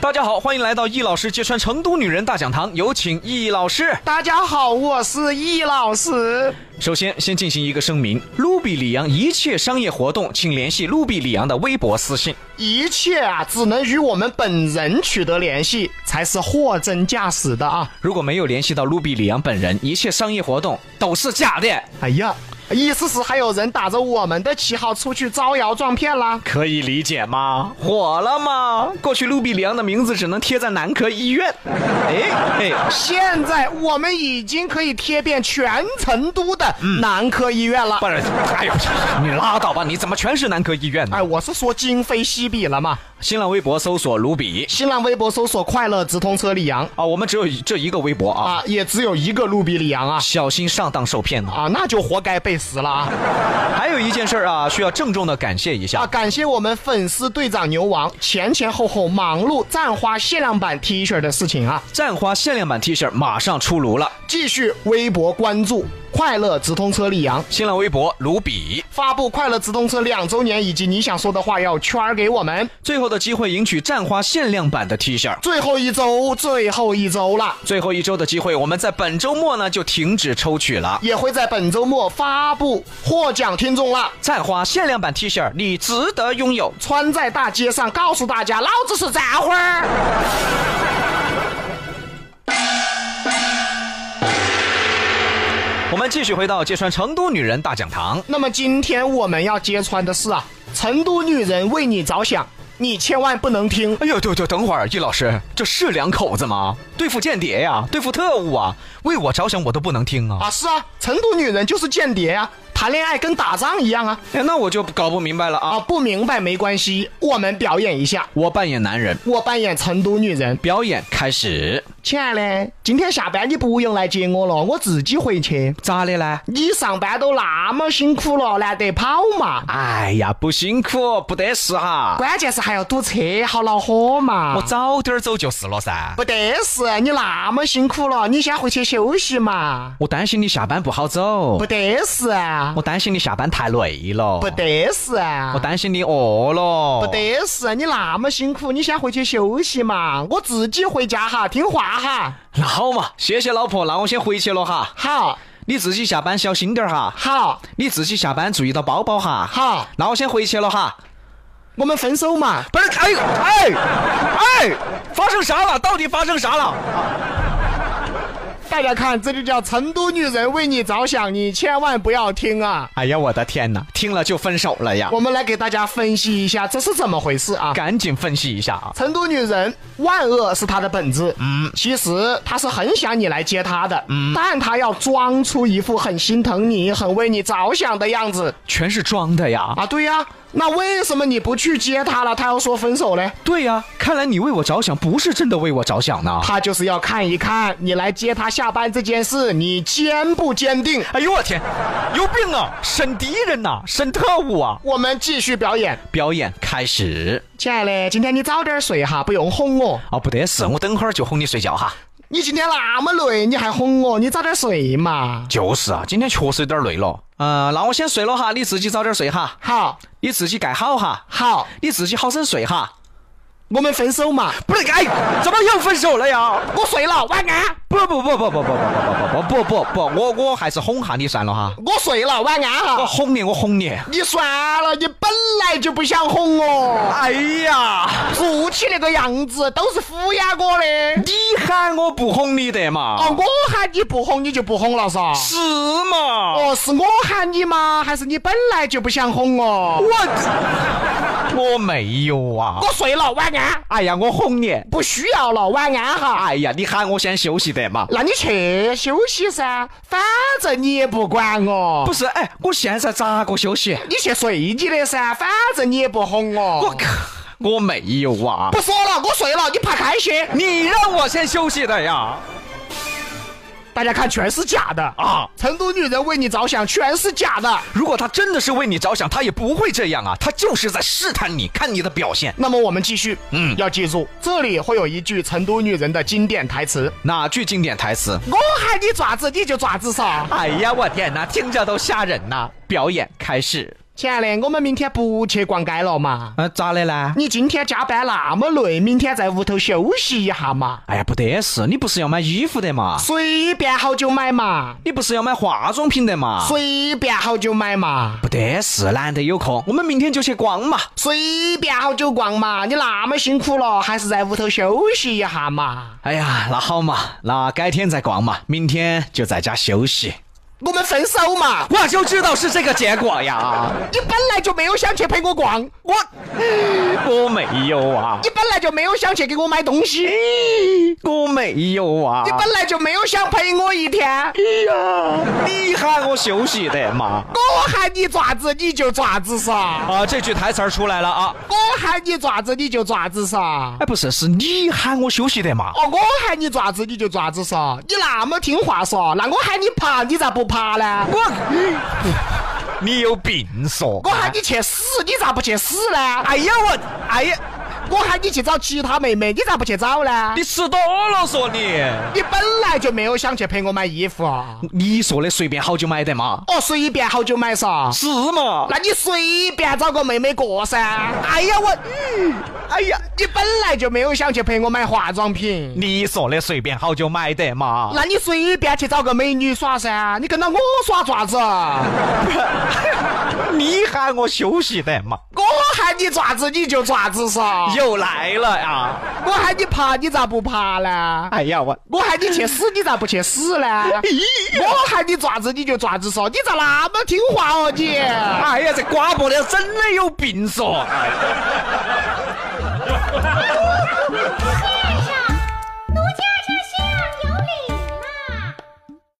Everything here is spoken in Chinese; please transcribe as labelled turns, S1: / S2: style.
S1: 大家好，欢迎来到易老师揭穿成都女人大讲堂，有请易老师。
S2: 大家好，我是易老师。
S1: 首先，先进行一个声明：卢比里昂一切商业活动，请联系卢比里昂的微博私信。
S2: 一切啊，只能与我们本人取得联系，才是货真价实的啊！
S1: 如果没有联系到卢比里昂本人，一切商业活动都是假的。
S2: 哎呀，意思是还有人打着我们的旗号出去招摇撞骗啦？
S1: 可以理解吗？火了吗？过去卢比里昂的名字只能贴在男科医院。哎哎，
S2: 现在我们已经可以贴遍全成都的男科医院了。
S1: 不是，哎呦，你拉倒吧！你怎么全是男科医院呢？
S2: 哎，我是说今非昔比了嘛。
S1: 新浪微博搜索卢比
S2: 新浪微博搜索“快乐直通车李阳
S1: 啊，我们只有这一个微博”，啊，
S2: 啊，也只有一个路比李阳啊
S1: 小心上当受骗呢。
S2: 啊，那就活该被撕了啊！
S1: 还有一件事儿啊，需要郑重的感谢一
S2: 啊，
S1: 下。
S2: 感谢我们粉丝队长牛王前前后后忙碌赞花限量版 T 恤的事情啊！
S1: 战花限量版 T 恤马上出炉了，
S2: 继续微博关注快乐直通车李阳，
S1: 新浪微博卢比，
S2: 发布快乐直通车两周年以及你想说的话要圈儿给我们。
S1: 最后的机会赢取战花限量版的 T 恤。
S2: 最后一周，最后一周了，
S1: 最后一周的机会，我们在本周末呢就停止抽取了。
S2: 也会在本周末发布获奖听众了。
S1: 战花限量版 T 恤，你值得拥有。
S2: 穿在大街上，告诉大家，老子是战花儿。
S1: 我们继续回到揭穿成都女人大讲堂。
S2: 那么今天我们要揭穿的是啊，成都女人为你着想，你千万不能听。
S1: 哎呦，对对，等会儿，易老师，这是两口子吗？对付间谍呀、对付特务啊，为我着想我都不能听啊。
S2: 啊，是啊，成都女人就是间谍呀、谈恋爱跟打仗一样啊！
S1: 哎，那我就搞不明白了啊。
S2: 啊，不明白没关系，我们表演一下。
S1: 我扮演男人，
S2: 我扮演成都女人，
S1: 表演开始，
S2: 亲爱的，今天下班你不用来接我了，我自己回去。
S1: 咋的呢？
S2: 你上班都那么辛苦了，难得跑嘛，
S1: 哎呀，不辛苦，不得事哈。
S2: 关键是还要堵车，好恼火嘛。
S1: 我早点走就是了噻。
S2: 不得是，你那么辛苦了，你先回去休息嘛。
S1: 我担心你下班不好走
S2: 不，得是，
S1: 我担心你下班太累了，
S2: 不，得是，
S1: 我担心你饿了，
S2: 不，得是，你那么辛苦，你先回去休息嘛，我自己回家哈，听话哈。
S1: 那好嘛，谢谢老婆，那我先回去了哈。
S2: 好，
S1: 你自己下班小心点儿哈，
S2: 好，
S1: 你自己下班注意到包包哈。
S2: 好，
S1: 那我先回去了哈。
S2: 我们分手嘛。
S1: 不是，哎呦，哎，哎，发生啥了？到底发生啥了？
S2: 大家看，这就叫成都女人为你着想，你千万不要听啊。
S1: 哎呀，我的天哪，听了就分手了呀！
S2: 我们来给大家分析一下这是怎么回事啊。
S1: 赶紧分析一下啊！
S2: 成都女人，万恶是她的本质。嗯，其实她是很想你来接她的，嗯，但她要装出一副很心疼你、很为你着想的样子
S1: 全是装的呀！
S2: 啊。对呀、那为什么你不去接她了？她要说分手嘞？
S1: 对呀、看来你为我着想，不是真的为我着想呢。
S2: 她就是要看一看你来接她下班这件事，你坚不坚定？
S1: 哎呦我天，有病啊！审敌人呐、审特务啊！
S2: 我们继续表演，
S1: 表演开始
S2: 亲爱的，今天你早点睡哈，不用哄我。
S1: 啊、不得事，我等会儿就哄你睡觉哈。
S2: 你今天那么累，你还哄我？你早点睡嘛。
S1: 就是啊，今天确实有点累了。嗯、那我先睡了哈，你自己早点睡哈，
S2: 好，
S1: 你自己盖好哈，
S2: 好，
S1: 你自己好生睡哈。
S2: 我们分手嘛。
S1: 不是，哎，怎么又分手了呀？
S2: 我睡了，晚安。
S1: 不不不不不不不不不不不不，我我还是哄下你算了哈。
S2: 我睡了，晚安
S1: 我
S2: 哈。
S1: 哄你，我哄你。
S2: 你算了，你本来就不想哄我，
S1: 哎呀，
S2: 做起那个样子都是敷衍我的。
S1: 你喊我不哄你得嘛？
S2: 哦，我喊你不哄你就不哄了噻。
S1: 是嘛？
S2: 哦，是我喊你吗？还是你本来就不想哄我？
S1: 我我没有啊。
S2: 我睡了，晚安。
S1: 哎呀，我哄你。
S2: 不需要了，晚安哈。
S1: 哎呀，你喊我先休息得嘛？
S2: 那你去休息噻，反正你也不管我。
S1: 不是，哎，我现在咋个休息？
S2: 你去睡你的噻，反正你也不哄我。
S1: 我靠，哦我没有啊。
S2: 不说了，我睡了，你怕开心？
S1: 你让我先休息的呀？
S2: 大家看，全是假的
S1: 啊！
S2: 成都女人为你着想，全是假的。
S1: 如果他真的是为你着想，他也不会这样啊，他就是在试探你，看你的表现。
S2: 那么我们继续，
S1: 嗯
S2: 要记住，这里会有一句成都女人的经典台词
S1: 哪句经典台词？：“
S2: 我喊你爪子，你就爪子噻。
S1: 哎呀，我天哪，听着都吓人呐！表演开始，”
S2: 亲爱的，我们明天不去逛街了嘛？
S1: 呃，咋的呢？
S2: 你今天加班那么累，明天在屋头休息一下嘛，
S1: 哎呀，不得事，你不是要买衣服的嘛？
S2: 随便好就买嘛，
S1: 你不是要买化妆品的嘛？
S2: 随便好就买嘛，
S1: 不得事，难得有空，我们明天就去逛嘛。
S2: 随便好就逛嘛。你那么辛苦了，还是在屋头休息一下嘛。
S1: 哎呀，那好嘛，那改天再逛嘛，明天就在家休息。
S2: 我们分手嘛，
S1: 我就知道是这个结果呀，
S2: 你本来就没有想去陪我逛，
S1: 我我没有啊，
S2: 你本来就没有想去给我买东西，
S1: 我没有啊
S2: 你，本来就没有想陪我一天。
S1: 你喊我休息的嘛？
S2: 我喊你爪子你就爪子噻，
S1: 啊，这句台词儿出来了啊！
S2: 我喊你爪子你就爪子噻。
S1: 哎，不是，是你喊我休息的嘛？
S2: 哦，我喊你爪子你就爪子噻，你那么听话噻，那我喊你爬你咋不爬呢？
S1: 我，你有病嗦！
S2: 我喊你去死你咋不去死呢？
S1: 哎呀我，哎呀，
S2: 我喊你去找其他妹妹你咋不去找呢？
S1: 你吃多了嗦你！
S2: 你本来就没有想去陪我买衣服啊。
S1: 你说的随便好就买的嘛？
S2: 哦，随便好就买噻。
S1: 是嘛？
S2: 那你随便找个妹妹过噻。哎呀我，哎呀，你本来就没有想去陪我买化妆品。
S1: 你说的随便好就买的嘛？
S2: 那你随便去找个美女耍噻，你跟到我耍爪子？我
S1: 你喊我休息的嘛？
S2: 喊你爪子你就爪子噻，
S1: 又来了啊呀！
S2: 我喊你爬你咋不爬呢？
S1: 哎呀我，
S2: 我喊你去死你咋不去死呢？我喊你爪子你就爪子嗦，你咋那么听话哦你？
S1: 哎呀，这瓜婆娘真的有病嗦！